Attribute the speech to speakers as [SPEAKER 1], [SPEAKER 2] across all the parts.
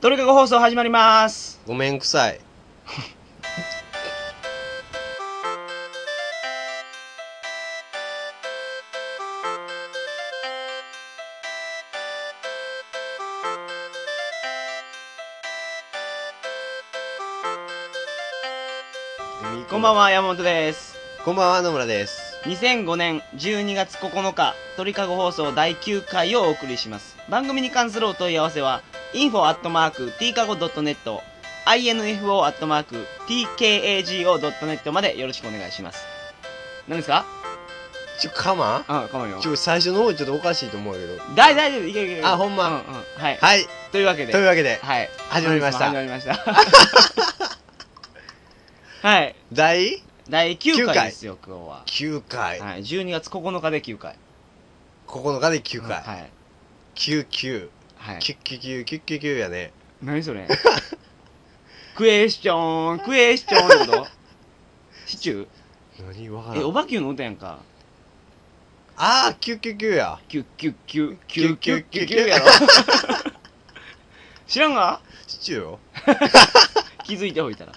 [SPEAKER 1] トリカゴ放送始まります。
[SPEAKER 2] ごめんくさい。
[SPEAKER 1] こんばん
[SPEAKER 2] は。
[SPEAKER 1] は、山本です。
[SPEAKER 2] こんばんは、野村です。
[SPEAKER 1] 2005年12月9日、鳥かご放送第9回をお送りします。番組に関するお問い合わせは、info.tkago.net、info.tkago.net までよろしくお願いします。何ですか
[SPEAKER 2] ちょ、かま
[SPEAKER 1] あ、構わんよ
[SPEAKER 2] ち。ょ、最初の方ちょっとおかしいと思うけど。
[SPEAKER 1] 大大丈夫、いけるいける。
[SPEAKER 2] あほんま
[SPEAKER 1] うんうん。はい。
[SPEAKER 2] はい。
[SPEAKER 1] というわけで
[SPEAKER 2] とい、うわけで、
[SPEAKER 1] はい。
[SPEAKER 2] 始まりまし
[SPEAKER 1] 始ま
[SPEAKER 2] た。
[SPEAKER 1] りました。 はい。
[SPEAKER 2] 第
[SPEAKER 1] 第9
[SPEAKER 2] 九
[SPEAKER 1] 回
[SPEAKER 2] 回
[SPEAKER 1] ですよ、今日は。
[SPEAKER 2] 9回。
[SPEAKER 1] はい。12月9日で9回。
[SPEAKER 2] 9日で9
[SPEAKER 1] うん
[SPEAKER 2] 回。
[SPEAKER 1] はい。
[SPEAKER 2] 99。
[SPEAKER 1] はい。
[SPEAKER 2] 999、999やね。
[SPEAKER 1] 何 それクエスチョンクエスチョンって ことシチュー
[SPEAKER 2] 何わか
[SPEAKER 1] え、
[SPEAKER 2] ら
[SPEAKER 1] お
[SPEAKER 2] ん。
[SPEAKER 1] ばきゅうの歌やんか。
[SPEAKER 2] あー、999や。
[SPEAKER 1] キュッキュッキュッ、キュッキュッキュッキュッやろ。 知らんが
[SPEAKER 2] シチューよ。
[SPEAKER 1] 気づいておいたら。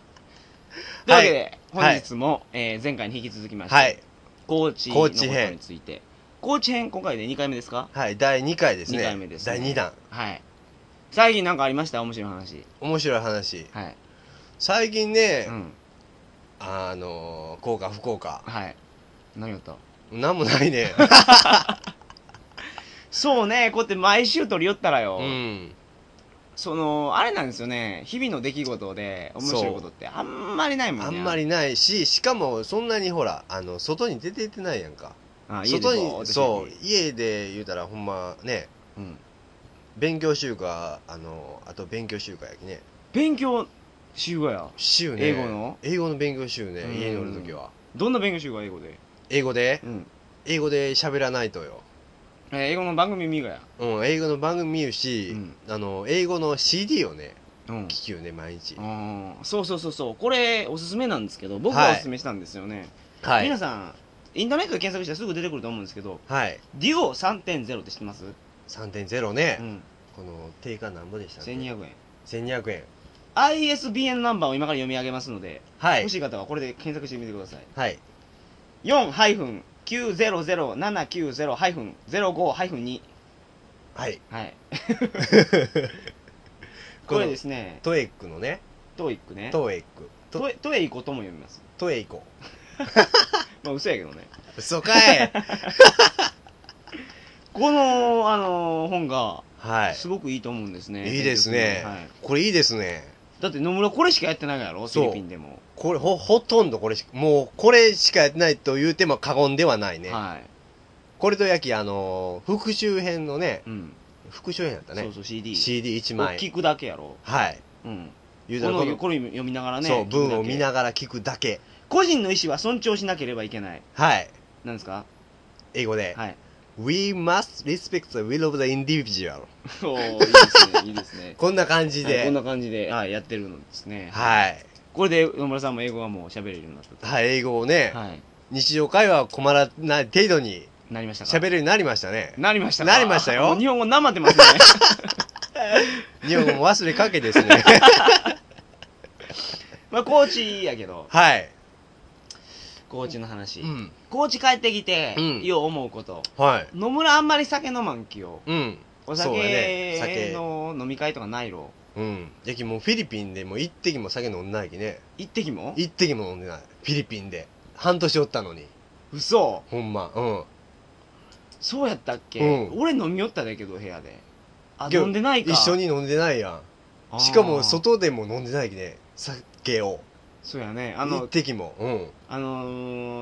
[SPEAKER 1] というわけで、
[SPEAKER 2] はい
[SPEAKER 1] 本日も、えー前回に引き続きまして、
[SPEAKER 2] はい。
[SPEAKER 1] 高知のこ
[SPEAKER 2] 高
[SPEAKER 1] と
[SPEAKER 2] 知編
[SPEAKER 1] について。高知編、今回で2回目ですか
[SPEAKER 2] はい、第2回ですね。
[SPEAKER 1] 二回目ですね
[SPEAKER 2] 第2弾。
[SPEAKER 1] はい。最近なんかありました面白い話。
[SPEAKER 2] 面白い話。
[SPEAKER 1] はい。
[SPEAKER 2] 最近ね、
[SPEAKER 1] うん。
[SPEAKER 2] あのー、こうか不幸か。
[SPEAKER 1] はい。何やった
[SPEAKER 2] なんもない ね。
[SPEAKER 1] そうね、こうやって毎週取り寄ったらよ。
[SPEAKER 2] うん。
[SPEAKER 1] そのあれなんですよね日々の出来事で面白いことってあんまりないもんね
[SPEAKER 2] あんまりないし、しかもそんなにほら、あの、外に出てってないやんか。
[SPEAKER 1] あ家で
[SPEAKER 2] 外
[SPEAKER 1] ぼーっ
[SPEAKER 2] に、
[SPEAKER 1] と
[SPEAKER 2] そう
[SPEAKER 1] して、
[SPEAKER 2] 家で言うたらほんまね、
[SPEAKER 1] るうん、
[SPEAKER 2] 勉強週間、あの、あと勉強週間やきね。
[SPEAKER 1] 勉強しようや
[SPEAKER 2] 週ね。
[SPEAKER 1] 英語の
[SPEAKER 2] 英語の勉強週ね
[SPEAKER 1] うん、
[SPEAKER 2] 家におるときは。
[SPEAKER 1] どんな勉強しようか英語で、
[SPEAKER 2] 英語で
[SPEAKER 1] うん
[SPEAKER 2] 英語で喋らないとよ。
[SPEAKER 1] えー英語の番組見がや、
[SPEAKER 2] うん、英語の番組見るし、
[SPEAKER 1] うん
[SPEAKER 2] あの、英語の CD をね、
[SPEAKER 1] うん
[SPEAKER 2] 聞きよね、毎日。
[SPEAKER 1] あーそうそうそうそうこれおすすめなんですけど僕がおすすめしたんですよね、
[SPEAKER 2] はい。
[SPEAKER 1] 皆さんインターネットで検索したらすぐ出てくると思うんですけど
[SPEAKER 2] はい。
[SPEAKER 1] デュオ3.0って知ってます、
[SPEAKER 2] 3.0ね、
[SPEAKER 1] うん、
[SPEAKER 2] この定価なんぼでしたっけ
[SPEAKER 1] 1200円
[SPEAKER 2] 1200円。
[SPEAKER 1] ISBN ナンバーを今から読み上げますので、
[SPEAKER 2] はい
[SPEAKER 1] 欲。しい方はこれで検索してみてください
[SPEAKER 2] はい。
[SPEAKER 1] 4-900790-05-2
[SPEAKER 2] はい。
[SPEAKER 1] はい。
[SPEAKER 2] こ
[SPEAKER 1] こ
[SPEAKER 2] の
[SPEAKER 1] れですね、
[SPEAKER 2] トエックのね、
[SPEAKER 1] トーイックね。ト
[SPEAKER 2] トエック。ト
[SPEAKER 1] エトエイコとも読みます。
[SPEAKER 2] トエイコ。
[SPEAKER 1] まあ、嘘やけどね。
[SPEAKER 2] 嘘か い
[SPEAKER 1] この、あのー本が、
[SPEAKER 2] はい。
[SPEAKER 1] すごくいいと思うんですね。
[SPEAKER 2] いいですね
[SPEAKER 1] はい。
[SPEAKER 2] これいいですね。
[SPEAKER 1] だって野村これしかやってないやろフ
[SPEAKER 2] そう
[SPEAKER 1] ィリピンでも。
[SPEAKER 2] これ、ほ、ほとんどこれしか、もうこれしかやってないと言うても過言ではないね。
[SPEAKER 1] はい。
[SPEAKER 2] これとやき、あのー復習編のね、
[SPEAKER 1] うん。
[SPEAKER 2] 復習編やった
[SPEAKER 1] そ
[SPEAKER 2] ね
[SPEAKER 1] う。そう、CD。
[SPEAKER 2] CD1
[SPEAKER 1] を
[SPEAKER 2] 枚。
[SPEAKER 1] 聞くだけやろ。
[SPEAKER 2] はい。
[SPEAKER 1] うん。
[SPEAKER 2] 言うた
[SPEAKER 1] こ
[SPEAKER 2] らこ
[SPEAKER 1] の、
[SPEAKER 2] の、
[SPEAKER 1] これ読みながらね。
[SPEAKER 2] そ
[SPEAKER 1] 聞
[SPEAKER 2] う、
[SPEAKER 1] くだけ
[SPEAKER 2] 文を見ながら聞くだけ。
[SPEAKER 1] 個人の意思は尊重しなければいけない。
[SPEAKER 2] はい。
[SPEAKER 1] なんですか
[SPEAKER 2] 英語で。
[SPEAKER 1] はい。
[SPEAKER 2] We must respect the will of the individual.
[SPEAKER 1] おーいいですね、いいですね。
[SPEAKER 2] こんな感じ
[SPEAKER 1] はい
[SPEAKER 2] で
[SPEAKER 1] こん。な感じで、はい、やってるのですね。
[SPEAKER 2] はい。
[SPEAKER 1] これで野村さんも英語がもう喋れるようになったと。
[SPEAKER 2] はい、英語をね、
[SPEAKER 1] はい。
[SPEAKER 2] 日常会話を困らない程度に
[SPEAKER 1] なりましたか
[SPEAKER 2] 喋れるようになりまし たね。
[SPEAKER 1] なりましたか
[SPEAKER 2] なりましたよ
[SPEAKER 1] もう日本語生でますね。
[SPEAKER 2] 日本語も忘れか けですね。
[SPEAKER 1] まあ、コーチやけど、
[SPEAKER 2] はい。
[SPEAKER 1] コーチの話。
[SPEAKER 2] うん。
[SPEAKER 1] コーチ帰ってきて
[SPEAKER 2] う、ん
[SPEAKER 1] よう思うこと。
[SPEAKER 2] はい。
[SPEAKER 1] 野村あんまり酒飲まんきよ。
[SPEAKER 2] うん。
[SPEAKER 1] お
[SPEAKER 2] そうやね
[SPEAKER 1] 酒
[SPEAKER 2] 酒
[SPEAKER 1] の飲み会とかないろ。
[SPEAKER 2] うん。じゃきもうフィリピンでもう一滴も酒飲んでないきね。
[SPEAKER 1] 一滴も
[SPEAKER 2] 一滴も飲んでない。フィリピンで。半年おったのに。
[SPEAKER 1] 嘘。
[SPEAKER 2] ほんま。うん。
[SPEAKER 1] そうやったっけ
[SPEAKER 2] うん
[SPEAKER 1] 俺飲みよっただけど、部屋で。あ、
[SPEAKER 2] けど
[SPEAKER 1] 飲んでないか。
[SPEAKER 2] 一緒に飲んでないや
[SPEAKER 1] あー。
[SPEAKER 2] ん。しかも外でも飲んでないきね。酒を。
[SPEAKER 1] そうやね。あ
[SPEAKER 2] あの。一
[SPEAKER 1] の、
[SPEAKER 2] 滴も。うん。
[SPEAKER 1] あの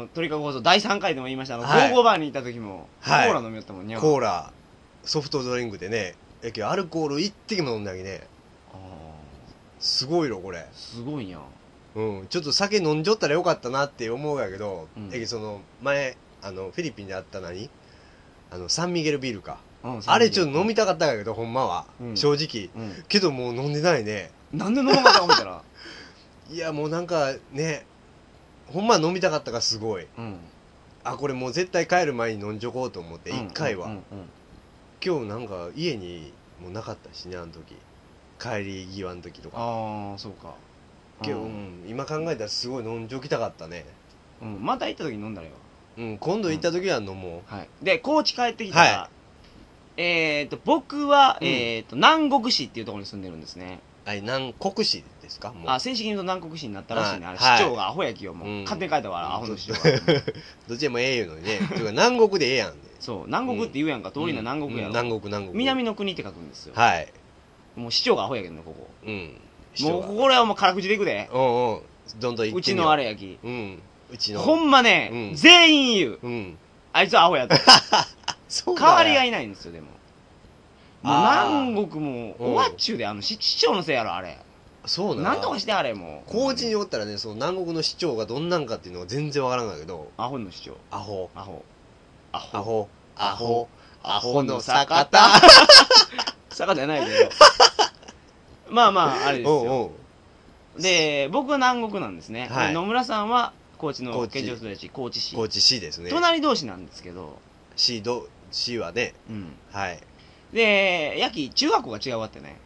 [SPEAKER 1] ー、鳥かご放送第3回でも言いました。あの、
[SPEAKER 2] はい
[SPEAKER 1] ゴーゴーバーに行った時も、コ
[SPEAKER 2] はい
[SPEAKER 1] ーラ飲みよったもんね。
[SPEAKER 2] コーラ、ソフトドリンクでね。やけどアルコール一滴も飲んでないきね。
[SPEAKER 1] あー
[SPEAKER 2] すごいろ、これ。
[SPEAKER 1] すごいやん。
[SPEAKER 2] うん、ちょっと酒飲んじょったらよかったなって思うやけど、
[SPEAKER 1] うん
[SPEAKER 2] えけどその前あのフィリピンであった何あのサンミゲルビールか
[SPEAKER 1] うん
[SPEAKER 2] あれちょっと飲みたかったんやけどほんまは、
[SPEAKER 1] うん
[SPEAKER 2] 正直
[SPEAKER 1] うん。
[SPEAKER 2] けどもう飲んでないね
[SPEAKER 1] なんで飲まなかったかみたいな。
[SPEAKER 2] いやもうなんかねほんま飲みたかったからすごい
[SPEAKER 1] うん。
[SPEAKER 2] あこれもう絶対帰る前に飲んじょこうと思って
[SPEAKER 1] うん
[SPEAKER 2] 一回は、
[SPEAKER 1] うんうんうん
[SPEAKER 2] 今日なんか家にもうなかったしねあの時帰り際の時とか
[SPEAKER 1] ああそうか
[SPEAKER 2] けど、
[SPEAKER 1] う
[SPEAKER 2] うんん、今考えたらすごい飲んじょきたかったね、
[SPEAKER 1] うんまた行った時に飲んだらよ
[SPEAKER 2] うん、今度行った時は飲も
[SPEAKER 1] はいで高知帰ってきたら、
[SPEAKER 2] は
[SPEAKER 1] えっ、と僕は、
[SPEAKER 2] うん
[SPEAKER 1] えっ、と南国市っていうところに住んでるんですね
[SPEAKER 2] う、あれ南国市ですかもう
[SPEAKER 1] あ正式に言うと南国市になったらしいね、
[SPEAKER 2] はい
[SPEAKER 1] あれ市長がアホやきよもう、
[SPEAKER 2] うん
[SPEAKER 1] 勝手に書いたわアホの市長が、
[SPEAKER 2] どっちでもええいうのにね ていうか南国でええやんね
[SPEAKER 1] そう南国って言うやんか通りの南国や
[SPEAKER 2] うん
[SPEAKER 1] ろ、
[SPEAKER 2] 南国南国
[SPEAKER 1] 南の国って書くんですよ、
[SPEAKER 2] はい
[SPEAKER 1] もう市長がアホやけどねここ
[SPEAKER 2] うん
[SPEAKER 1] もう
[SPEAKER 2] う
[SPEAKER 1] これはもう辛口でいくで
[SPEAKER 2] うんうんどんどん行
[SPEAKER 1] う
[SPEAKER 2] って
[SPEAKER 1] ち
[SPEAKER 2] みよ
[SPEAKER 1] のあれやき
[SPEAKER 2] うんうちの
[SPEAKER 1] ほんまね、
[SPEAKER 2] うん
[SPEAKER 1] 全員言う
[SPEAKER 2] うん
[SPEAKER 1] あいつはアホや と
[SPEAKER 2] そう
[SPEAKER 1] 代わりが
[SPEAKER 2] い
[SPEAKER 1] いないんですよでももう
[SPEAKER 2] あー
[SPEAKER 1] 南国も
[SPEAKER 2] うん
[SPEAKER 1] おわっちゅうであの市長のせいやろあれ
[SPEAKER 2] そうな
[SPEAKER 1] なんとかしてあれもう
[SPEAKER 2] 高知におったらねその南国の市長がどんなんかっていうのは全然わからんかったけど
[SPEAKER 1] アホの市長
[SPEAKER 2] アホ
[SPEAKER 1] アホアホ
[SPEAKER 2] アホアホア
[SPEAKER 1] ア
[SPEAKER 2] ホ
[SPEAKER 1] ホ
[SPEAKER 2] の
[SPEAKER 1] の
[SPEAKER 2] 酒
[SPEAKER 1] 坂
[SPEAKER 2] 田
[SPEAKER 1] 田坂じゃないけ どまあまああれですよ
[SPEAKER 2] うんうん
[SPEAKER 1] で僕は南国なんですね、
[SPEAKER 2] はい
[SPEAKER 1] で野村さんは高知
[SPEAKER 2] 高
[SPEAKER 1] の
[SPEAKER 2] 知
[SPEAKER 1] 県庁所在地高知市
[SPEAKER 2] 高知市ですね
[SPEAKER 1] 隣同士なんですけど、
[SPEAKER 2] 市ど市はね
[SPEAKER 1] うん、
[SPEAKER 2] はい、
[SPEAKER 1] でやき中学校が違うわってね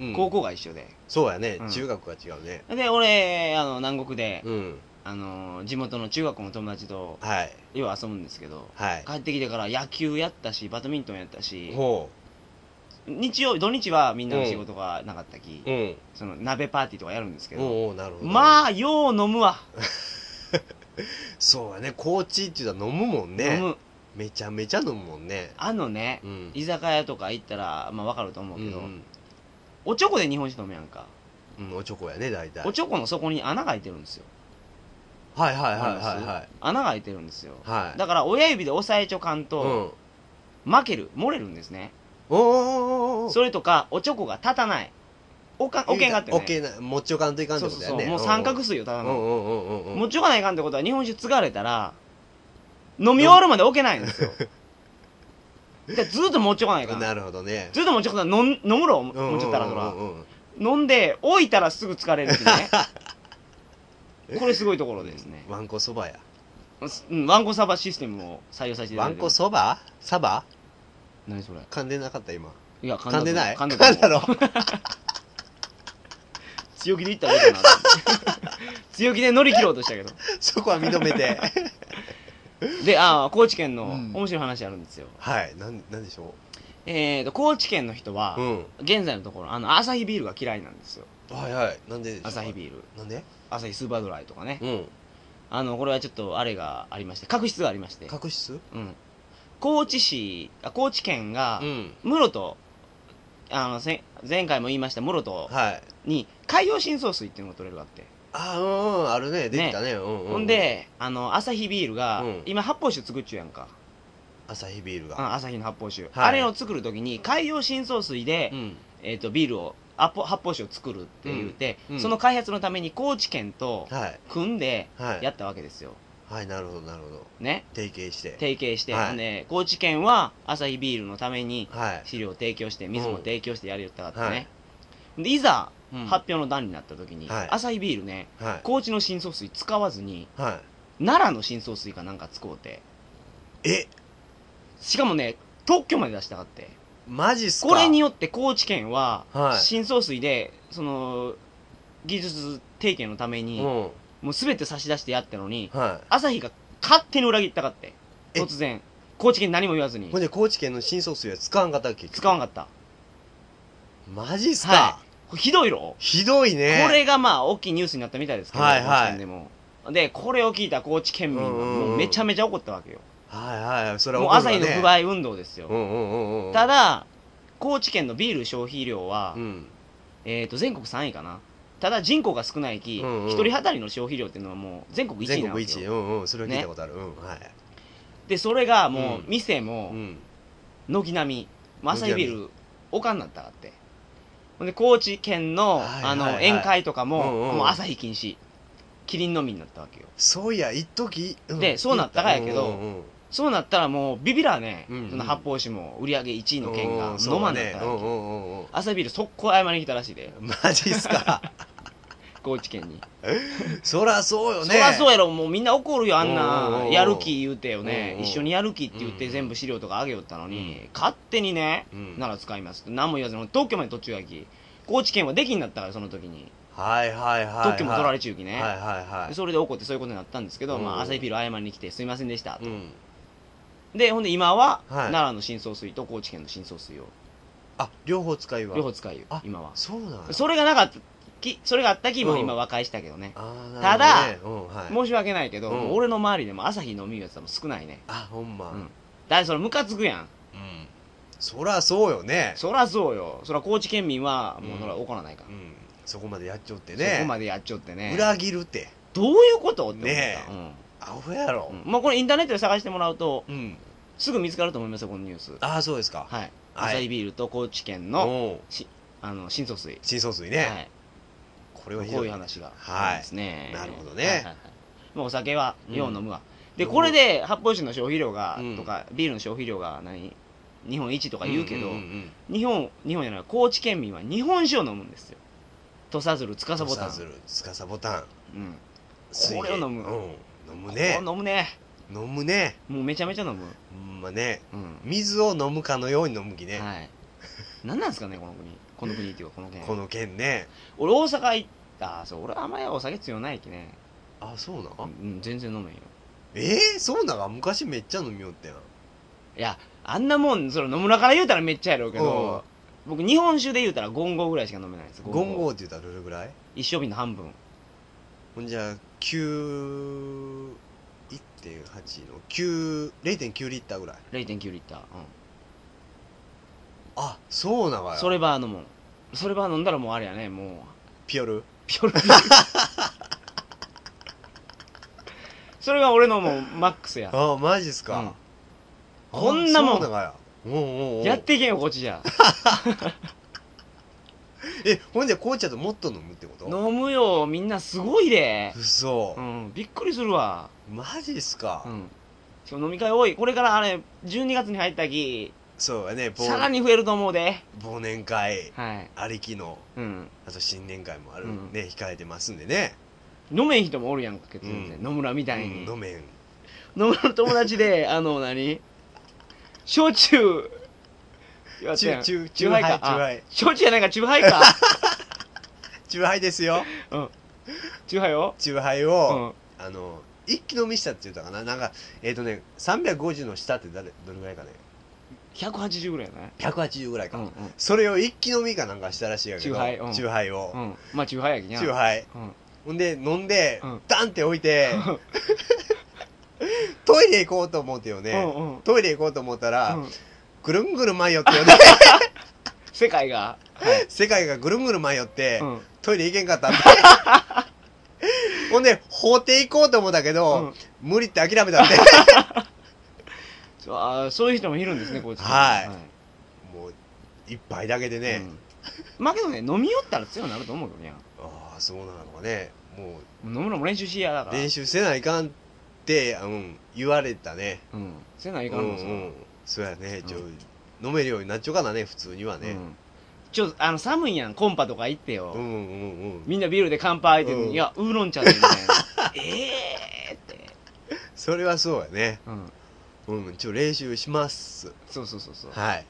[SPEAKER 2] うん
[SPEAKER 1] 高校が一緒で、
[SPEAKER 2] そうやね、
[SPEAKER 1] うん
[SPEAKER 2] 中学は違うね
[SPEAKER 1] で俺あの南国で、
[SPEAKER 2] うん
[SPEAKER 1] あの地元の中学校の友達と
[SPEAKER 2] はい
[SPEAKER 1] よう遊ぶんですけど
[SPEAKER 2] はい
[SPEAKER 1] 帰ってきてから野球やったしバドミントンやったし
[SPEAKER 2] ほ
[SPEAKER 1] 日曜土日はみんなの仕事がなかったき、
[SPEAKER 2] ううん
[SPEAKER 1] その鍋パーティーとかやるんですけど、
[SPEAKER 2] おうおうなるほど
[SPEAKER 1] ま
[SPEAKER 2] あ
[SPEAKER 1] あよう飲むわ、
[SPEAKER 2] そうやね高知っていうのは飲むもんね
[SPEAKER 1] 飲む
[SPEAKER 2] めちゃめちゃ飲むもんね
[SPEAKER 1] あのね、
[SPEAKER 2] うん
[SPEAKER 1] 居酒屋とか行ったらまあわかると思う
[SPEAKER 2] う
[SPEAKER 1] けど、
[SPEAKER 2] ん
[SPEAKER 1] おちょこで日本酒飲むやんか
[SPEAKER 2] うんおちょこやね大体
[SPEAKER 1] おちょこの底に穴が開いてるんですよ
[SPEAKER 2] はいはいは
[SPEAKER 1] わ
[SPEAKER 2] い
[SPEAKER 1] かり
[SPEAKER 2] は
[SPEAKER 1] ます穴が開いてるんですよ
[SPEAKER 2] いはいはい
[SPEAKER 1] だから親指で押さえちょかん
[SPEAKER 2] うん
[SPEAKER 1] と、負ける漏れるんですね
[SPEAKER 2] おおお
[SPEAKER 1] それとかおちょこが立たないおかおけんがあってね
[SPEAKER 2] おけんな持ちおかんといかんって
[SPEAKER 1] そう
[SPEAKER 2] こ
[SPEAKER 1] そうそ
[SPEAKER 2] とや
[SPEAKER 1] う
[SPEAKER 2] ね
[SPEAKER 1] もう三角
[SPEAKER 2] す
[SPEAKER 1] 錐よた
[SPEAKER 2] う
[SPEAKER 1] だ
[SPEAKER 2] んうん
[SPEAKER 1] の、
[SPEAKER 2] うんうんうん
[SPEAKER 1] 持ちよがないかんってことは日本酒継がれたら飲み終わるまで置けないんですよ でずっと持ちよがないかん
[SPEAKER 2] なるほどね
[SPEAKER 1] ずっと持ちよがない飲ん飲むろ
[SPEAKER 2] うんうんうん
[SPEAKER 1] 持ちよったらそら、
[SPEAKER 2] うんうん
[SPEAKER 1] 飲んで置いたらすぐ疲れるってい うねこれすごいところですね、
[SPEAKER 2] わんこそばや
[SPEAKER 1] うん、ワンコサバシステムを採用させていた
[SPEAKER 2] わ
[SPEAKER 1] だい
[SPEAKER 2] ん
[SPEAKER 1] て
[SPEAKER 2] こそばサバ
[SPEAKER 1] 何それ
[SPEAKER 2] 噛んでなかった今
[SPEAKER 1] いや
[SPEAKER 2] 噛んでない
[SPEAKER 1] 噛んだと
[SPEAKER 2] 噛
[SPEAKER 1] 思
[SPEAKER 2] んだろ
[SPEAKER 1] 強気でいったらいいかなと思って強気で乗り切ろうとしたけど
[SPEAKER 2] そこは認め て
[SPEAKER 1] であー高知県の
[SPEAKER 2] うん
[SPEAKER 1] 面白い話あるんですよ、
[SPEAKER 2] はいなんなんでしょ
[SPEAKER 1] えーと高知県の人は
[SPEAKER 2] ううん
[SPEAKER 1] 現在のところあのアサヒビールが嫌いなんですよ
[SPEAKER 2] はいはいなんで
[SPEAKER 1] アサヒビール
[SPEAKER 2] なんで
[SPEAKER 1] アサヒスーパードライとかね
[SPEAKER 2] うん
[SPEAKER 1] あのこれはちょっとあれがありまして確執がありまして、
[SPEAKER 2] 角質
[SPEAKER 1] うん、高知市あ高知県が、
[SPEAKER 2] うん
[SPEAKER 1] 室戸あのせ前回も言いました室戸
[SPEAKER 2] はい
[SPEAKER 1] に海洋深層水っていうのが取れるわけ、
[SPEAKER 2] あうんうんあるねできたねうんうん
[SPEAKER 1] ほんであのアサヒビールが、
[SPEAKER 2] うん
[SPEAKER 1] 今発泡酒作っちゅうやんか
[SPEAKER 2] アサヒビール
[SPEAKER 1] あ
[SPEAKER 2] が
[SPEAKER 1] のアサヒの発泡酒、
[SPEAKER 2] はい
[SPEAKER 1] あれを作る時に海洋深層水で、
[SPEAKER 2] うん
[SPEAKER 1] えー、とビールをアポ発泡酒を作るって言うて、
[SPEAKER 2] うんうん
[SPEAKER 1] その開発のために高知県と
[SPEAKER 2] はい
[SPEAKER 1] 組んで
[SPEAKER 2] はい
[SPEAKER 1] やったわけですよ、
[SPEAKER 2] はいなるほどなるほど
[SPEAKER 1] ね
[SPEAKER 2] 提携して
[SPEAKER 1] 提携して、
[SPEAKER 2] はい
[SPEAKER 1] ほんで高知県はアサヒビールのために
[SPEAKER 2] はい
[SPEAKER 1] 資料を提供して水も提供してやりよったかったね、でいざ
[SPEAKER 2] うん
[SPEAKER 1] 発表の段になった時に、
[SPEAKER 2] はい
[SPEAKER 1] アサヒビールね
[SPEAKER 2] はい
[SPEAKER 1] 高知の深層水使わずに
[SPEAKER 2] は
[SPEAKER 1] 奈良の深層水かなんか使おうて
[SPEAKER 2] いえ
[SPEAKER 1] しかもね特許まで出したかって
[SPEAKER 2] マジっすか
[SPEAKER 1] これに
[SPEAKER 2] よ
[SPEAKER 1] よって高知県は
[SPEAKER 2] はい
[SPEAKER 1] 深層水でその技術提携のため
[SPEAKER 2] う
[SPEAKER 1] に
[SPEAKER 2] んは
[SPEAKER 1] もう全て差し出してやったのに
[SPEAKER 2] い
[SPEAKER 1] 朝日が勝手に裏切ったかって
[SPEAKER 2] え
[SPEAKER 1] 突然高知県に何も言わずに
[SPEAKER 2] ほんで高知県の新卒水は使わんかったっけ
[SPEAKER 1] 使わん
[SPEAKER 2] か
[SPEAKER 1] かった
[SPEAKER 2] マジっす
[SPEAKER 1] は
[SPEAKER 2] か
[SPEAKER 1] いひどいろ
[SPEAKER 2] ひどいね
[SPEAKER 1] これがまあ大きいニュースになったみたいですけど、
[SPEAKER 2] はいはい
[SPEAKER 1] 高知県でも。で、これを聞いた高知県民は
[SPEAKER 2] うんうんうん
[SPEAKER 1] もうめちゃめちゃ怒ったわけよ。
[SPEAKER 2] はいはいそれは
[SPEAKER 1] もう
[SPEAKER 2] 怒る
[SPEAKER 1] 朝
[SPEAKER 2] わ
[SPEAKER 1] 日
[SPEAKER 2] ね
[SPEAKER 1] の不買運動です
[SPEAKER 2] う
[SPEAKER 1] よ。
[SPEAKER 2] んうんうんうん
[SPEAKER 1] ただ、高知県のビール消費量は
[SPEAKER 2] う、ん
[SPEAKER 1] えっと、全国3位かな。ただ人口が少ないき、
[SPEAKER 2] うんうん
[SPEAKER 1] 1人当たりの消費量っていうのはもう全国1位
[SPEAKER 2] 全
[SPEAKER 1] なん
[SPEAKER 2] 国
[SPEAKER 1] です
[SPEAKER 2] 一位
[SPEAKER 1] よ。
[SPEAKER 2] うんうんそれは聞いたことあるうんはい
[SPEAKER 1] で、それがもう
[SPEAKER 2] うん
[SPEAKER 1] 店
[SPEAKER 2] う
[SPEAKER 1] も
[SPEAKER 2] ん
[SPEAKER 1] 軒並み、まあ朝日ビ
[SPEAKER 2] 軒
[SPEAKER 1] ール、おかんなったって。ほんで、高知県の
[SPEAKER 2] はい
[SPEAKER 1] あの
[SPEAKER 2] はいはい
[SPEAKER 1] 宴会とか
[SPEAKER 2] うんう
[SPEAKER 1] も、
[SPEAKER 2] ん
[SPEAKER 1] もう朝日禁止。キリンのみになったわけよ。
[SPEAKER 2] そういや一時ん
[SPEAKER 1] でそうなったかやけど
[SPEAKER 2] うんうんうん
[SPEAKER 1] そうなったらもうビビらね、
[SPEAKER 2] うんうん
[SPEAKER 1] その発泡酒も売り上げ1位の県
[SPEAKER 2] う
[SPEAKER 1] が
[SPEAKER 2] んそう
[SPEAKER 1] 飲ま
[SPEAKER 2] だ
[SPEAKER 1] んなっ
[SPEAKER 2] ね
[SPEAKER 1] た
[SPEAKER 2] う
[SPEAKER 1] わ
[SPEAKER 2] んう
[SPEAKER 1] け
[SPEAKER 2] んうんうん
[SPEAKER 1] 朝ビール速攻謝りに来たらしいで
[SPEAKER 2] マジっす か
[SPEAKER 1] 高知県に、
[SPEAKER 2] そらそうよね
[SPEAKER 1] そりゃそうやろもうみんな怒るよあん
[SPEAKER 2] うんうん
[SPEAKER 1] な
[SPEAKER 2] うん
[SPEAKER 1] やる気言うてよね、
[SPEAKER 2] うんうん
[SPEAKER 1] 一緒にやる気って言っ
[SPEAKER 2] う
[SPEAKER 1] て
[SPEAKER 2] ん
[SPEAKER 1] 全部資料とかあげよったのに、
[SPEAKER 2] うん
[SPEAKER 1] 勝手にね
[SPEAKER 2] うん
[SPEAKER 1] なら使いますって何も言わずに特許まで途中やき高知県はできになったからその時に
[SPEAKER 2] はいはいはいはい。
[SPEAKER 1] 特許も取ら
[SPEAKER 2] れ
[SPEAKER 1] れ中期ね、
[SPEAKER 2] はいはいはい。
[SPEAKER 1] それで怒ってそういうことになったんですけど、
[SPEAKER 2] うん
[SPEAKER 1] まあ、朝日ビール謝りに来てすいませんでしたと、
[SPEAKER 2] うん。
[SPEAKER 1] でほんで今は、
[SPEAKER 2] はい
[SPEAKER 1] 奈良の深層水と高知県の深層水を
[SPEAKER 2] あ、両方使いは。
[SPEAKER 1] 両方使いよ
[SPEAKER 2] あ
[SPEAKER 1] 今は
[SPEAKER 2] そうなんや
[SPEAKER 1] それがなかったきそれがあったき、も
[SPEAKER 2] うん
[SPEAKER 1] 今和解したけどね、
[SPEAKER 2] あー
[SPEAKER 1] た
[SPEAKER 2] な
[SPEAKER 1] だ
[SPEAKER 2] るほどねうん、は
[SPEAKER 1] 申
[SPEAKER 2] い。
[SPEAKER 1] し訳ないけど、
[SPEAKER 2] うん
[SPEAKER 1] もう俺の周りでも朝日飲みようやつはもう少ないね
[SPEAKER 2] あ、ほんま。
[SPEAKER 1] う
[SPEAKER 2] うんん。
[SPEAKER 1] だってそれムカつくやん
[SPEAKER 2] そらそうよね。
[SPEAKER 1] そらそうよそら高知県民はもう
[SPEAKER 2] うん
[SPEAKER 1] そら怒らないから、
[SPEAKER 2] うん。そこまでやっちゃってね。
[SPEAKER 1] そこまでやっちゃってね
[SPEAKER 2] 裏切るって。
[SPEAKER 1] どういうことって思った、
[SPEAKER 2] ねアホやろ
[SPEAKER 1] うん。うんまあこれインターネットで探してもらうと
[SPEAKER 2] うん。
[SPEAKER 1] すぐ見つかると思いますよこのニュース
[SPEAKER 2] ああ、そうですか。
[SPEAKER 1] はいア
[SPEAKER 2] はい
[SPEAKER 1] サヒビールと高知県の
[SPEAKER 2] の
[SPEAKER 1] あの深層水
[SPEAKER 2] 新層水ね、
[SPEAKER 1] はい
[SPEAKER 2] これはひ
[SPEAKER 1] こ
[SPEAKER 2] ど
[SPEAKER 1] うい
[SPEAKER 2] いう
[SPEAKER 1] 話が
[SPEAKER 2] はい
[SPEAKER 1] あるんですね、
[SPEAKER 2] なるほどね
[SPEAKER 1] はいはいはいまあお酒はよう飲むわ、で
[SPEAKER 2] うん
[SPEAKER 1] これで発泡酒の消費量が、
[SPEAKER 2] うん
[SPEAKER 1] とかビールの消費量が何日本一とか言うけど、
[SPEAKER 2] んんん
[SPEAKER 1] 日本日本じゃない高知県民は日本酒を飲むんですよ土佐鶴つかさぼたん、
[SPEAKER 2] 土佐鶴つかさボタン
[SPEAKER 1] うん、
[SPEAKER 2] 水
[SPEAKER 1] これを飲む
[SPEAKER 2] うん、飲むね
[SPEAKER 1] こう飲むね
[SPEAKER 2] 飲むね
[SPEAKER 1] もうめちゃめちゃ飲む、
[SPEAKER 2] ほんまね
[SPEAKER 1] うん
[SPEAKER 2] 水を飲むかのように飲むきね、
[SPEAKER 1] はい何なんですかねこの国この国っていうかこの県
[SPEAKER 2] この県ね
[SPEAKER 1] 俺大阪行ったあそう俺あんまりお酒強ないきね
[SPEAKER 2] あそうなん、
[SPEAKER 1] うん全然飲めんよ
[SPEAKER 2] えー、そうなんか昔めっちゃ飲みよったやん
[SPEAKER 1] いやあんなもんそれ野村から言うたらめっちゃやろうけど僕日本酒で言うたらゴンゴぐらいしか飲めないです
[SPEAKER 2] ゴン
[SPEAKER 1] ゴ
[SPEAKER 2] ゴーって言ったらどれぐらい
[SPEAKER 1] 一生瓶の半分
[SPEAKER 2] ほんじゃ9 1.8の9 0.9リッターぐらい
[SPEAKER 1] 0.9リッター、
[SPEAKER 2] あそうなん
[SPEAKER 1] う
[SPEAKER 2] か
[SPEAKER 1] ん、
[SPEAKER 2] よ
[SPEAKER 1] それば飲もうそれば飲んだらもうあれやねもう
[SPEAKER 2] ピヨル
[SPEAKER 1] ピョロピョロそれが俺のもうマックスや、
[SPEAKER 2] あマジっす
[SPEAKER 1] う
[SPEAKER 2] か、
[SPEAKER 1] ん、こんなもん
[SPEAKER 2] あそうなんかやうんうんうん
[SPEAKER 1] やっていけんよこっちじゃ
[SPEAKER 2] えほんじゃ紅茶ともっと飲むってこと
[SPEAKER 1] 飲むよみんなすごいで
[SPEAKER 2] 嘘、
[SPEAKER 1] うんびっくりするわ
[SPEAKER 2] マジっすか、
[SPEAKER 1] うんしかも飲み会多いこれからあれ12月に入ったき
[SPEAKER 2] そうやね忘
[SPEAKER 1] さらに増えると思うで
[SPEAKER 2] 忘年会
[SPEAKER 1] はい
[SPEAKER 2] ありきの
[SPEAKER 1] うん
[SPEAKER 2] あと新年会もある、
[SPEAKER 1] うん
[SPEAKER 2] ね控えてますんでね、
[SPEAKER 1] 飲めん人もおるやんかけど全然
[SPEAKER 2] うん
[SPEAKER 1] 野村み
[SPEAKER 2] う
[SPEAKER 1] たいに
[SPEAKER 2] ん、飲めん
[SPEAKER 1] 野村の友達 であの何焼酎やって
[SPEAKER 2] チュ
[SPEAKER 1] や
[SPEAKER 2] ー
[SPEAKER 1] ん
[SPEAKER 2] チューチ
[SPEAKER 1] 酎
[SPEAKER 2] ュー
[SPEAKER 1] ハイ
[SPEAKER 2] ハイチュー
[SPEAKER 1] か
[SPEAKER 2] ハ
[SPEAKER 1] あ
[SPEAKER 2] イ
[SPEAKER 1] 焼酎やないかチューハ イか
[SPEAKER 2] チューハイですよ
[SPEAKER 1] チューハイを
[SPEAKER 2] チューハイ
[SPEAKER 1] う
[SPEAKER 2] を、
[SPEAKER 1] ん
[SPEAKER 2] あの一気飲みしたって言ったかななんかえっ、とね350の下って誰どれぐらいかね
[SPEAKER 1] 180ぐらいやない
[SPEAKER 2] 180ぐらいうか、
[SPEAKER 1] んうん
[SPEAKER 2] それを一気飲みかなんかしたらしいやけ
[SPEAKER 1] チ
[SPEAKER 2] ど
[SPEAKER 1] ューハイうん
[SPEAKER 2] チューハイを、
[SPEAKER 1] うんまあチューハイやきにゃ
[SPEAKER 2] チューハイ
[SPEAKER 1] うん
[SPEAKER 2] ほんで飲んで、
[SPEAKER 1] うん
[SPEAKER 2] ダンって置いて トイレ行こうと思ってよね、
[SPEAKER 1] うんうん
[SPEAKER 2] トイレ行こうと思ったら、
[SPEAKER 1] うん
[SPEAKER 2] ぐるんぐる舞いよって よね
[SPEAKER 1] 世界が
[SPEAKER 2] 世界がぐるんぐる舞いよって、
[SPEAKER 1] うん
[SPEAKER 2] トイレ行けんかったって ほんで法廷行こうと思ったけ
[SPEAKER 1] う
[SPEAKER 2] ど
[SPEAKER 1] ん、
[SPEAKER 2] 無理って諦 めたって
[SPEAKER 1] そうあーそういう人もいるんですねこっちに
[SPEAKER 2] はいもう一杯だけで
[SPEAKER 1] う
[SPEAKER 2] ね、
[SPEAKER 1] んまあけどね飲み寄ったら強くなると思うけどね
[SPEAKER 2] ああそうなのかねも
[SPEAKER 1] 野村も練習しやだか
[SPEAKER 2] う
[SPEAKER 1] ら
[SPEAKER 2] 練習せないかんって、うん、言われたね
[SPEAKER 1] うんせない
[SPEAKER 2] うん
[SPEAKER 1] かんのさ
[SPEAKER 2] うんそうやねちょ、
[SPEAKER 1] う
[SPEAKER 2] 飲めるようになっちゃうかなね普通には
[SPEAKER 1] う
[SPEAKER 2] ね、
[SPEAKER 1] んちょあの寒いやんコンパとか行ってよ、
[SPEAKER 2] うん、うんうんうん
[SPEAKER 1] みんなビールで乾杯って言うのに、
[SPEAKER 2] うん
[SPEAKER 1] いやウーロン茶でみたい なええって、
[SPEAKER 2] それはそうやね
[SPEAKER 1] うん、
[SPEAKER 2] うんちょ練習します
[SPEAKER 1] そうそうそうそう、
[SPEAKER 2] はい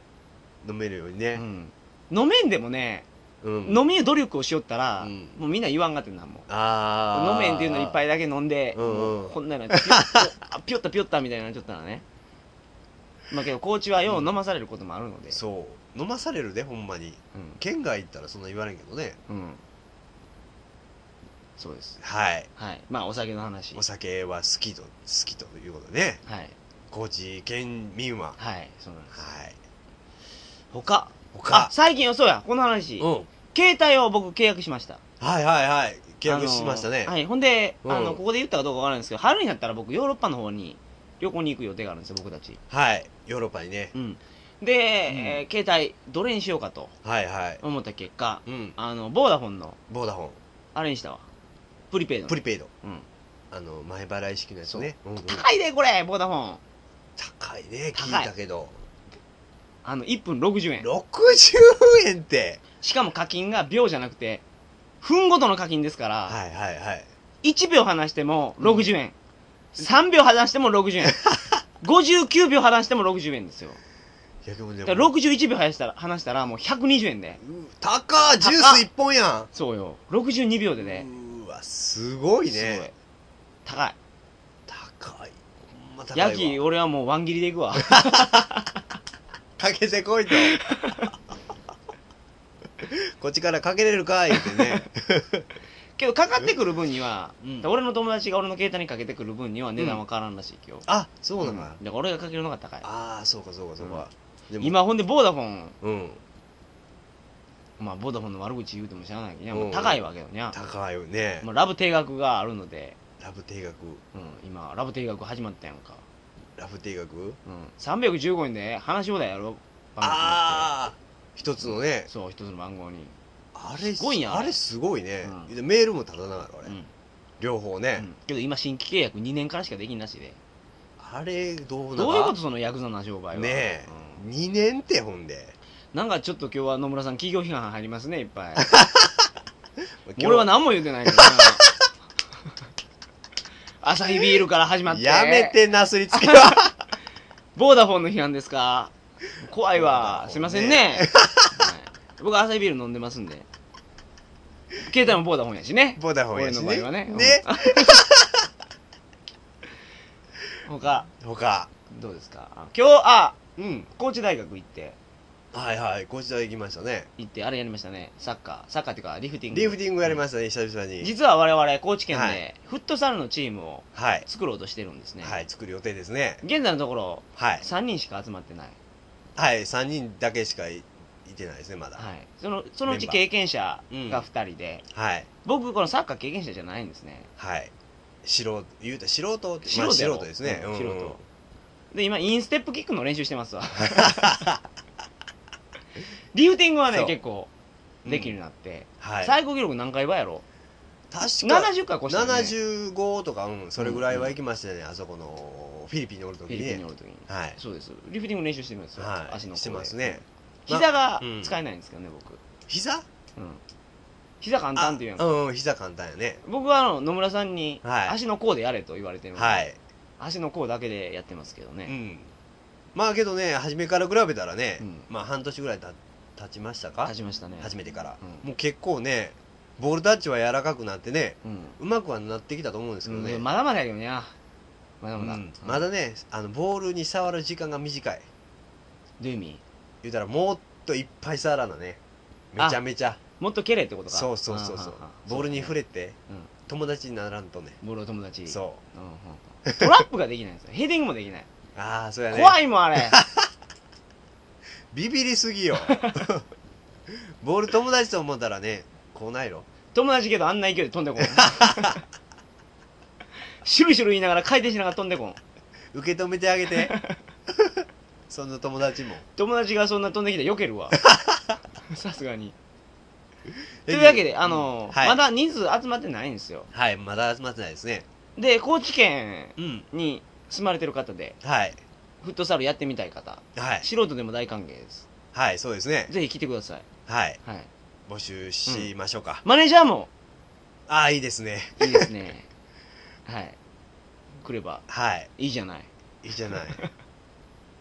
[SPEAKER 2] 飲めるようにね、
[SPEAKER 1] うん、飲めんでもね、
[SPEAKER 2] うん
[SPEAKER 1] 飲みの努力をしよったら、
[SPEAKER 2] うん
[SPEAKER 1] もうみんな言わんがってんなもう
[SPEAKER 2] あ
[SPEAKER 1] 飲
[SPEAKER 2] あ
[SPEAKER 1] めんっていうの一
[SPEAKER 2] い
[SPEAKER 1] 杯だけ飲んで、
[SPEAKER 2] うんうん
[SPEAKER 1] もうこんなのピュッあピョッタピョッタみたいになっちゃったらねまあけどコーチはよう飲まされることもあるので、
[SPEAKER 2] そう飲まされるでほんまに
[SPEAKER 1] うん
[SPEAKER 2] 県外行ったらそんな言われんけどね
[SPEAKER 1] うんそうです
[SPEAKER 2] はい
[SPEAKER 1] はいまあお酒の話
[SPEAKER 2] お酒は好きと好きということでね
[SPEAKER 1] はい
[SPEAKER 2] 高知県民は
[SPEAKER 1] はいそうなんです
[SPEAKER 2] はい
[SPEAKER 1] 他あ
[SPEAKER 2] 他
[SPEAKER 1] 最近よそうやこの話、
[SPEAKER 2] うん
[SPEAKER 1] 携帯を僕契約しました
[SPEAKER 2] はいはいはい契約しました
[SPEAKER 1] あ
[SPEAKER 2] ね
[SPEAKER 1] のはいほんで、
[SPEAKER 2] うん
[SPEAKER 1] あのここで言ったかどうかわからないんですけど春になったら僕ヨーロッパの方に旅行に行く予定があるんですよ僕たち
[SPEAKER 2] はいヨーロッパにね
[SPEAKER 1] うんで、えー携帯どれにしようかと
[SPEAKER 2] はいはい
[SPEAKER 1] 思った結果
[SPEAKER 2] うん
[SPEAKER 1] あのボーダフォンの
[SPEAKER 2] ボーダフォン
[SPEAKER 1] あれにしたわプリペイドの
[SPEAKER 2] プリペイド
[SPEAKER 1] うん、
[SPEAKER 2] あの前払い式のやつねうんうん
[SPEAKER 1] 高いでこれボーダフォン
[SPEAKER 2] 高いね
[SPEAKER 1] 高い
[SPEAKER 2] 聞いたけど
[SPEAKER 1] あの1分60円
[SPEAKER 2] 60円って
[SPEAKER 1] しかも課金が秒じゃなくて分ごとの課金ですから、
[SPEAKER 2] はいはいはい
[SPEAKER 1] 1秒離しても60円、3秒離しても60円59秒離しても60円ですよ
[SPEAKER 2] いやでもで
[SPEAKER 1] だか
[SPEAKER 2] も
[SPEAKER 1] ら61秒話したら、話したらもう120円で。
[SPEAKER 2] う高っジュース一本や
[SPEAKER 1] そうよ。62秒で
[SPEAKER 2] ん、
[SPEAKER 1] ね。
[SPEAKER 2] うわすごい
[SPEAKER 1] すごい
[SPEAKER 2] ね。
[SPEAKER 1] 高い。
[SPEAKER 2] 高いほんま高いわ
[SPEAKER 1] ヤキ、俺はもうワン切りでいくわ。
[SPEAKER 2] かけてこいとこっちからかけれるかいってね
[SPEAKER 1] けど、かかってくる分には、
[SPEAKER 2] うん
[SPEAKER 1] 俺の友達が俺の携帯にかけてくる分には値段は変わらんらしい、今日。
[SPEAKER 2] あそうなんだ、
[SPEAKER 1] だから俺がかけるのが高い。
[SPEAKER 2] ああそうかそうかそうか、でも
[SPEAKER 1] 今ほんで、ボーダフォン、
[SPEAKER 2] うん
[SPEAKER 1] まあ、ボーダフォンの悪口言うても知らないけどね、
[SPEAKER 2] うん
[SPEAKER 1] もう高いわけよね。
[SPEAKER 2] 高いよね、
[SPEAKER 1] もうラブ定額があるので、
[SPEAKER 2] ラブ定額
[SPEAKER 1] うん、今、ラブ定額始まったやんか。
[SPEAKER 2] ラブ定額
[SPEAKER 1] うん、315円で話し放題やろ
[SPEAKER 2] ああ一つのね
[SPEAKER 1] あそう、一つの番号に。
[SPEAKER 2] あれ
[SPEAKER 1] すごいんやあれ
[SPEAKER 2] あれすごいね、
[SPEAKER 1] う
[SPEAKER 2] でメールもただながらあ
[SPEAKER 1] う
[SPEAKER 2] れ、
[SPEAKER 1] ん。
[SPEAKER 2] 両方
[SPEAKER 1] う
[SPEAKER 2] ね、
[SPEAKER 1] んけど今、新規契約2年からしかできんなしで。
[SPEAKER 2] あれどうな
[SPEAKER 1] どういうことそのヤクザな商売は。
[SPEAKER 2] ねえ
[SPEAKER 1] うん、
[SPEAKER 2] 2年ってほんで
[SPEAKER 1] なんかちょっと今日は野村さん企業批判入りますねいっ ぱい俺
[SPEAKER 2] 俺
[SPEAKER 1] は何も言ってないけど な朝日ビールから始まって
[SPEAKER 2] やめてなすりつけ は
[SPEAKER 1] ボーダフォンの批判ですか怖いわ、すい
[SPEAKER 2] ボー
[SPEAKER 1] ま
[SPEAKER 2] ダフォ
[SPEAKER 1] せ
[SPEAKER 2] ンね
[SPEAKER 1] んね、はい僕朝日ビール飲んでますんで携帯もボーダフォンやしね
[SPEAKER 2] ボダフォンやし
[SPEAKER 1] 俺の場合はね
[SPEAKER 2] ね
[SPEAKER 1] 他
[SPEAKER 2] 他
[SPEAKER 1] どうですかあ今日あうん高知大学行って
[SPEAKER 2] はいはいこちら行きましたね
[SPEAKER 1] 行ってあれやりましたねサッカーサッカーっていうかリフティング
[SPEAKER 2] リフティングやりましたね久々に
[SPEAKER 1] 実は我々高知県
[SPEAKER 2] は
[SPEAKER 1] で
[SPEAKER 2] い
[SPEAKER 1] フットサルのチームを
[SPEAKER 2] はい
[SPEAKER 1] 作ろうとしてるんですね、
[SPEAKER 2] はい作る予定ですね
[SPEAKER 1] 現在のところ
[SPEAKER 2] はい
[SPEAKER 1] 3人しか集まってない、
[SPEAKER 2] はい3人だけしかいいてないですねまだ
[SPEAKER 1] はい、そのそのうち
[SPEAKER 2] メンバー
[SPEAKER 1] 経験者
[SPEAKER 2] うん
[SPEAKER 1] が2人で、
[SPEAKER 2] はい
[SPEAKER 1] 僕このサッカー経験者じゃないんですね
[SPEAKER 2] はい素人言うたら素人ってまあ
[SPEAKER 1] 素人やろ
[SPEAKER 2] 素人ですね
[SPEAKER 1] う
[SPEAKER 2] うんん
[SPEAKER 1] 素人で今インステップキックの練習して ますわリフティングはね
[SPEAKER 2] そう
[SPEAKER 1] 結構
[SPEAKER 2] うん
[SPEAKER 1] できるようになって、
[SPEAKER 2] はい
[SPEAKER 1] 最高記録何回ばやろ
[SPEAKER 2] 確か
[SPEAKER 1] 70回越したよね
[SPEAKER 2] 75とか、うん、それぐらいは行きましたよね、あそこのフィリピンにおると
[SPEAKER 1] フ
[SPEAKER 2] き
[SPEAKER 1] ィ
[SPEAKER 2] に
[SPEAKER 1] リピンに
[SPEAKER 2] ね
[SPEAKER 1] お。る時に
[SPEAKER 2] はい。
[SPEAKER 1] そうですリフティング練習してるんですよ、
[SPEAKER 2] はい。
[SPEAKER 1] 足の甲で
[SPEAKER 2] してますね。
[SPEAKER 1] 膝が
[SPEAKER 2] うん
[SPEAKER 1] 使えないんですけどね、僕、
[SPEAKER 2] 膝
[SPEAKER 1] うん、膝簡単っていうやん
[SPEAKER 2] あうん、膝簡単やね。
[SPEAKER 1] 僕はあの野村さんに
[SPEAKER 2] はい
[SPEAKER 1] 足の甲でやれと言われてるので、
[SPEAKER 2] はい。
[SPEAKER 1] 足の甲だけでやってますけど
[SPEAKER 2] う
[SPEAKER 1] ね、
[SPEAKER 2] ん。まあけどね、初めから比べたらね、
[SPEAKER 1] うん
[SPEAKER 2] まあ半年ぐらいた経ちましたか
[SPEAKER 1] 立ちましたね
[SPEAKER 2] 初めてから、
[SPEAKER 1] うん
[SPEAKER 2] もう結構ね、ボールタッチは柔らかくなってね、
[SPEAKER 1] うん
[SPEAKER 2] うまくはなってきたと思うんですけどね。
[SPEAKER 1] うんまだまだやけどねまだ
[SPEAKER 2] う
[SPEAKER 1] まだ、
[SPEAKER 2] んまだね、あの、ボールに触る時間が短い。
[SPEAKER 1] どういう意味
[SPEAKER 2] 言うたら、もっといっぱい触らなね。めちゃめちゃ。
[SPEAKER 1] もっと蹴れってことか
[SPEAKER 2] そうそうそうそう
[SPEAKER 1] ああああ
[SPEAKER 2] ボールに触れて
[SPEAKER 1] そうね
[SPEAKER 2] 友達にならんとね
[SPEAKER 1] うん、ボールを友達
[SPEAKER 2] そ
[SPEAKER 1] うんうんうんトラップができないん ですよヘディングもできないう
[SPEAKER 2] ああそうやね
[SPEAKER 1] 怖いもんあ れ
[SPEAKER 2] ビビりすぎ よボール友達と思ったらねこうないろ
[SPEAKER 1] 友達けどあんな勢いで飛んでこ んシュルシュル言いながら回転しながら飛んでこん
[SPEAKER 2] 受け止めてあ げてその友達も
[SPEAKER 1] 友達がそんな飛んできたら避ける わさすがにというわけで、あの
[SPEAKER 2] はい
[SPEAKER 1] まだ人数集まってないんですよ
[SPEAKER 2] はいまだ集まってないですね
[SPEAKER 1] で高知県
[SPEAKER 2] うん
[SPEAKER 1] に住まれてる方で
[SPEAKER 2] はい
[SPEAKER 1] フットサルやってみたい方
[SPEAKER 2] はい
[SPEAKER 1] 素人でも大歓迎です
[SPEAKER 2] はいそうですね
[SPEAKER 1] ぜひ来てください、
[SPEAKER 2] はい
[SPEAKER 1] はい、
[SPEAKER 2] 募集しましょうか、
[SPEAKER 1] マネージャーも
[SPEAKER 2] ああいいですね
[SPEAKER 1] いいです ねはい来れば
[SPEAKER 2] はい
[SPEAKER 1] いいじゃない
[SPEAKER 2] いいじ ゃない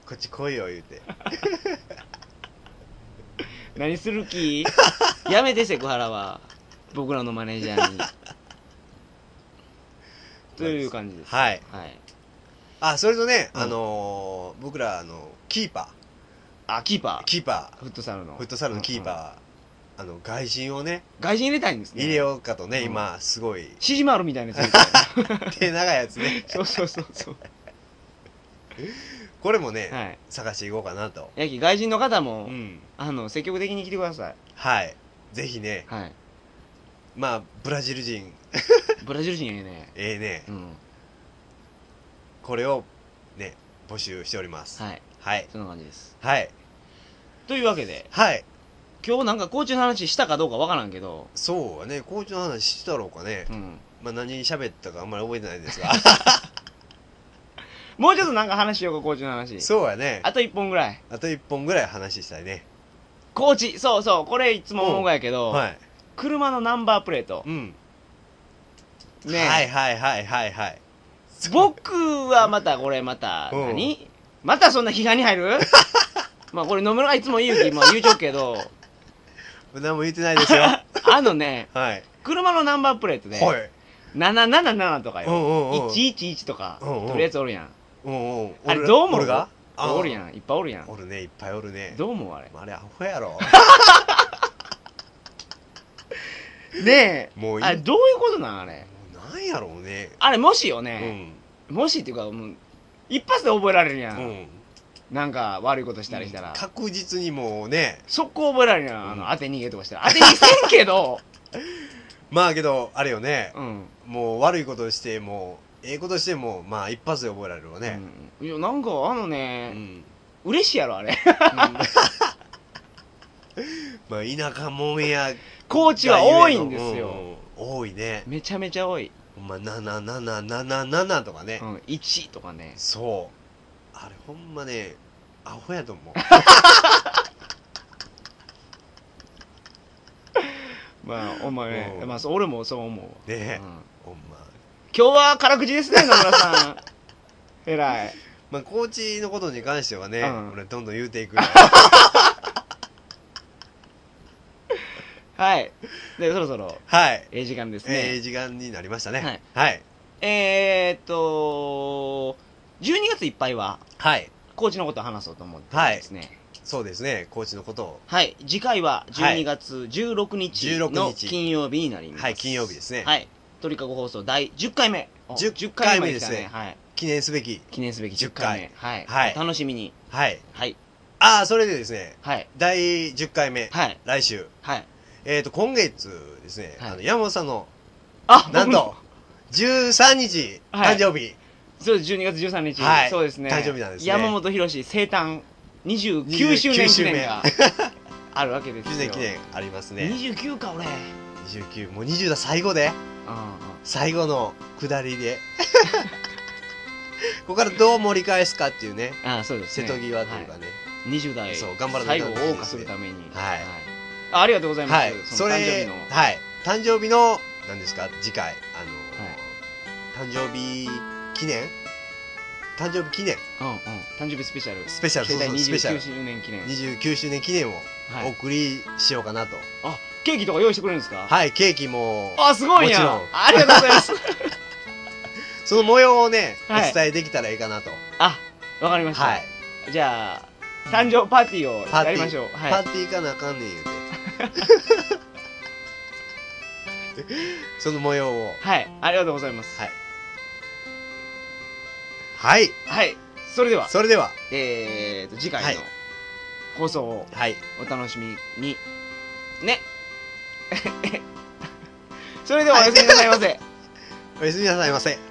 [SPEAKER 2] こっち来いよ言うて
[SPEAKER 1] 何する気 やめてセクハラは僕らのマネージャ ーにという感じです
[SPEAKER 2] はい
[SPEAKER 1] はい
[SPEAKER 2] あそれとね、
[SPEAKER 1] うん
[SPEAKER 2] あのー僕らあのキーパー
[SPEAKER 1] あキーパ
[SPEAKER 2] キーパ
[SPEAKER 1] ーフットサルの
[SPEAKER 2] ー、フットサルのキー
[SPEAKER 1] うんうん
[SPEAKER 2] パー、あの、外人をね、
[SPEAKER 1] 外人入れたいんですね
[SPEAKER 2] 入れようかとね、
[SPEAKER 1] うん
[SPEAKER 2] 今、すごい、
[SPEAKER 1] シジマルみたいなやつ入れたい
[SPEAKER 2] 手長いや つね、
[SPEAKER 1] そうそうそうそう
[SPEAKER 2] これもね、
[SPEAKER 1] はい
[SPEAKER 2] 探していこうかなと。
[SPEAKER 1] やき外人の方も、
[SPEAKER 2] うん。
[SPEAKER 1] あの積極的に来てください
[SPEAKER 2] はい。ぜひね、
[SPEAKER 1] はい
[SPEAKER 2] まあ、ブラジル人、
[SPEAKER 1] ブラジル人やね
[SPEAKER 2] ええね
[SPEAKER 1] う、ん
[SPEAKER 2] これを、ね、募集しております。
[SPEAKER 1] はい
[SPEAKER 2] はい。
[SPEAKER 1] そんな感じです
[SPEAKER 2] はい。
[SPEAKER 1] というわけで
[SPEAKER 2] はい。
[SPEAKER 1] 今日なんかコーチの話したかどうかわからんけど
[SPEAKER 2] そうはね、コーチの話してたろうかね。
[SPEAKER 1] うん
[SPEAKER 2] まあ、何喋ったかあんまり覚えてないんです が。
[SPEAKER 1] もうちょっとなんか話しようかコーチの話
[SPEAKER 2] そうやね。
[SPEAKER 1] あと1本ぐらい
[SPEAKER 2] あと一本ぐらい話したいね。
[SPEAKER 1] コーチそうそうこれいつも思うがやけど、
[SPEAKER 2] はい。
[SPEAKER 1] 車のナンバープレート
[SPEAKER 2] うん。
[SPEAKER 1] ね、
[SPEAKER 2] はいはいはいはいはい。
[SPEAKER 1] 僕はまたこれまた
[SPEAKER 2] うん
[SPEAKER 1] 何またそんな批判に入るまあこれ野村がいつも言う気、まあ言うちょっけど、
[SPEAKER 2] 何も言ってないですよ。は
[SPEAKER 1] あの ね、
[SPEAKER 2] い。
[SPEAKER 1] 車のナンバープレートで、
[SPEAKER 2] はい。
[SPEAKER 1] 777とか
[SPEAKER 2] うん
[SPEAKER 1] よ、
[SPEAKER 2] うんうん。
[SPEAKER 1] 111とか、
[SPEAKER 2] うんうん
[SPEAKER 1] とりあえずおるやん。
[SPEAKER 2] うんうん。
[SPEAKER 1] あれどう思う
[SPEAKER 2] 俺があ
[SPEAKER 1] おるや
[SPEAKER 2] ん。
[SPEAKER 1] ん、いっぱいおるやん。
[SPEAKER 2] おるね、いっぱいおるね。
[SPEAKER 1] どう思うあれ。
[SPEAKER 2] あれ、アホや ろ。
[SPEAKER 1] ね
[SPEAKER 2] もう
[SPEAKER 1] え、
[SPEAKER 2] いい。
[SPEAKER 1] あれ
[SPEAKER 2] も
[SPEAKER 1] どういうことなんあれ。
[SPEAKER 2] うなんやろうね。
[SPEAKER 1] あれもしよ
[SPEAKER 2] う
[SPEAKER 1] ね、
[SPEAKER 2] ん。
[SPEAKER 1] もしっていうか、もう、一発で覚えられる
[SPEAKER 2] う
[SPEAKER 1] やん。
[SPEAKER 2] ん。
[SPEAKER 1] なんか悪いことしたりしたら。
[SPEAKER 2] 確実にもうね。
[SPEAKER 1] 速攻覚えられるやん、あ
[SPEAKER 2] う
[SPEAKER 1] の、
[SPEAKER 2] ん
[SPEAKER 1] 当て逃げとかしたら。当て逃げせんけど、
[SPEAKER 2] まあけど、あれよね。
[SPEAKER 1] うん。
[SPEAKER 2] もう悪いことしても、ええことしても、まあ一発で覚えられるわね。
[SPEAKER 1] うん。いや、なんかあの
[SPEAKER 2] う
[SPEAKER 1] ね、
[SPEAKER 2] ん。
[SPEAKER 1] 嬉しいやろ、あれ。
[SPEAKER 2] まあ田舎もんや。
[SPEAKER 1] 高知は多いんですよ。
[SPEAKER 2] うんうん。多いね。
[SPEAKER 1] めちゃめちゃ多い。
[SPEAKER 2] ほんま、7777とかね
[SPEAKER 1] う。ん、1とかね。
[SPEAKER 2] そう。あれほんまね、アホや と思う。
[SPEAKER 1] まあ、お前、
[SPEAKER 2] うん
[SPEAKER 1] まあ、そう俺もそう思うわ。
[SPEAKER 2] ね
[SPEAKER 1] うん
[SPEAKER 2] ほんま。
[SPEAKER 1] 今日は辛口ですね、野村さん。 偉い。
[SPEAKER 2] まあ、コーチのことに関してはね、
[SPEAKER 1] うん
[SPEAKER 2] 俺どんどん言うていく。
[SPEAKER 1] はい。で、そろそろ、
[SPEAKER 2] はい。
[SPEAKER 1] ええ時間です
[SPEAKER 2] ええ
[SPEAKER 1] ね。
[SPEAKER 2] 時間になりましたね。
[SPEAKER 1] は
[SPEAKER 2] はいい。はい。
[SPEAKER 1] えー、っと、12月いっぱいは、コーチのことを話そうと思ってるんですね。
[SPEAKER 2] そうですね、コーチのことを。
[SPEAKER 1] はい、次回は
[SPEAKER 2] は
[SPEAKER 1] 12
[SPEAKER 2] い
[SPEAKER 1] 月16日
[SPEAKER 2] 16
[SPEAKER 1] の
[SPEAKER 2] 日
[SPEAKER 1] 金曜日になります。
[SPEAKER 2] はい、金曜日ですね。
[SPEAKER 1] はい、鳥かご放送第10回目。お
[SPEAKER 2] 10
[SPEAKER 1] 10回目まで来た
[SPEAKER 2] 回目ですね
[SPEAKER 1] はい。
[SPEAKER 2] 記念すべき。
[SPEAKER 1] 記念すべき10
[SPEAKER 2] 10
[SPEAKER 1] 回
[SPEAKER 2] 回
[SPEAKER 1] 目。はい。
[SPEAKER 2] はい
[SPEAKER 1] お楽しみに。
[SPEAKER 2] はい。
[SPEAKER 1] はい。
[SPEAKER 2] ああ、それでですね、
[SPEAKER 1] はい。
[SPEAKER 2] 第10回目、
[SPEAKER 1] はい。
[SPEAKER 2] 来週、
[SPEAKER 1] はい。
[SPEAKER 2] えっ、と、今月ですね、
[SPEAKER 1] はい
[SPEAKER 2] あの、山本さんの、
[SPEAKER 1] あ
[SPEAKER 2] なん
[SPEAKER 1] 僕
[SPEAKER 2] と、13日、
[SPEAKER 1] はい
[SPEAKER 2] 誕生日、
[SPEAKER 1] そうです、12月13日、
[SPEAKER 2] はい
[SPEAKER 1] そうですね。
[SPEAKER 2] 誕生日なんですね
[SPEAKER 1] 山本博士生誕29周年記念があるわけですよ。
[SPEAKER 2] 記念記念ありますね。
[SPEAKER 1] 29か、俺。うん
[SPEAKER 2] 29、もう20だ、最後で、最後の下りで。 ここからどう盛り返すかっていうね、
[SPEAKER 1] ああ、そうです、
[SPEAKER 2] 瀬
[SPEAKER 1] ね。
[SPEAKER 2] 戸際という
[SPEAKER 1] は
[SPEAKER 2] かね。
[SPEAKER 1] い20代、
[SPEAKER 2] そう頑張らな
[SPEAKER 1] 最
[SPEAKER 2] い
[SPEAKER 1] 後
[SPEAKER 2] と
[SPEAKER 1] を
[SPEAKER 2] いけない
[SPEAKER 1] 謳
[SPEAKER 2] で
[SPEAKER 1] 歌
[SPEAKER 2] す
[SPEAKER 1] す
[SPEAKER 2] ね
[SPEAKER 1] るために。
[SPEAKER 2] はい
[SPEAKER 1] あありがとうございます。
[SPEAKER 2] はい、
[SPEAKER 1] そ
[SPEAKER 2] そ
[SPEAKER 1] の誕生
[SPEAKER 2] れ
[SPEAKER 1] 日の。
[SPEAKER 2] はい、誕生日の、何ですか、次回、あの、誕生日記念誕生日記念
[SPEAKER 1] うんうん、誕生日スペシャル。
[SPEAKER 2] スペシャル、
[SPEAKER 1] 生
[SPEAKER 2] そう
[SPEAKER 1] 誕
[SPEAKER 2] そう、スペシャ
[SPEAKER 1] 29
[SPEAKER 2] ル。
[SPEAKER 1] 周年記念。
[SPEAKER 2] 29周年記念を
[SPEAKER 1] は
[SPEAKER 2] お
[SPEAKER 1] い、
[SPEAKER 2] 送りしようかなと。
[SPEAKER 1] あ、ケーキとか用意してくれるんですか
[SPEAKER 2] はい、ケーキも、
[SPEAKER 1] あ、すごいやん
[SPEAKER 2] もちろん
[SPEAKER 1] ありがとうございます。
[SPEAKER 2] その模様をね、
[SPEAKER 1] はい
[SPEAKER 2] お伝えできたらいいかなと。
[SPEAKER 1] あ、わかりました。
[SPEAKER 2] はい。
[SPEAKER 1] じゃあ、誕生パーティーを
[SPEAKER 2] パー
[SPEAKER 1] や
[SPEAKER 2] ティー
[SPEAKER 1] りましょう。
[SPEAKER 2] パ
[SPEAKER 1] はい。
[SPEAKER 2] ーティー行かなあかんねん言うて。その模様を。
[SPEAKER 1] はい。ありがとうございます。
[SPEAKER 2] はいはい、
[SPEAKER 1] はい。それでは、
[SPEAKER 2] それでは、
[SPEAKER 1] えーと、次
[SPEAKER 2] は
[SPEAKER 1] 回
[SPEAKER 2] い
[SPEAKER 1] の放送を
[SPEAKER 2] はい。
[SPEAKER 1] お楽しみに。 ね。それではおやすみなさいませ。
[SPEAKER 2] おやすみなさいませ。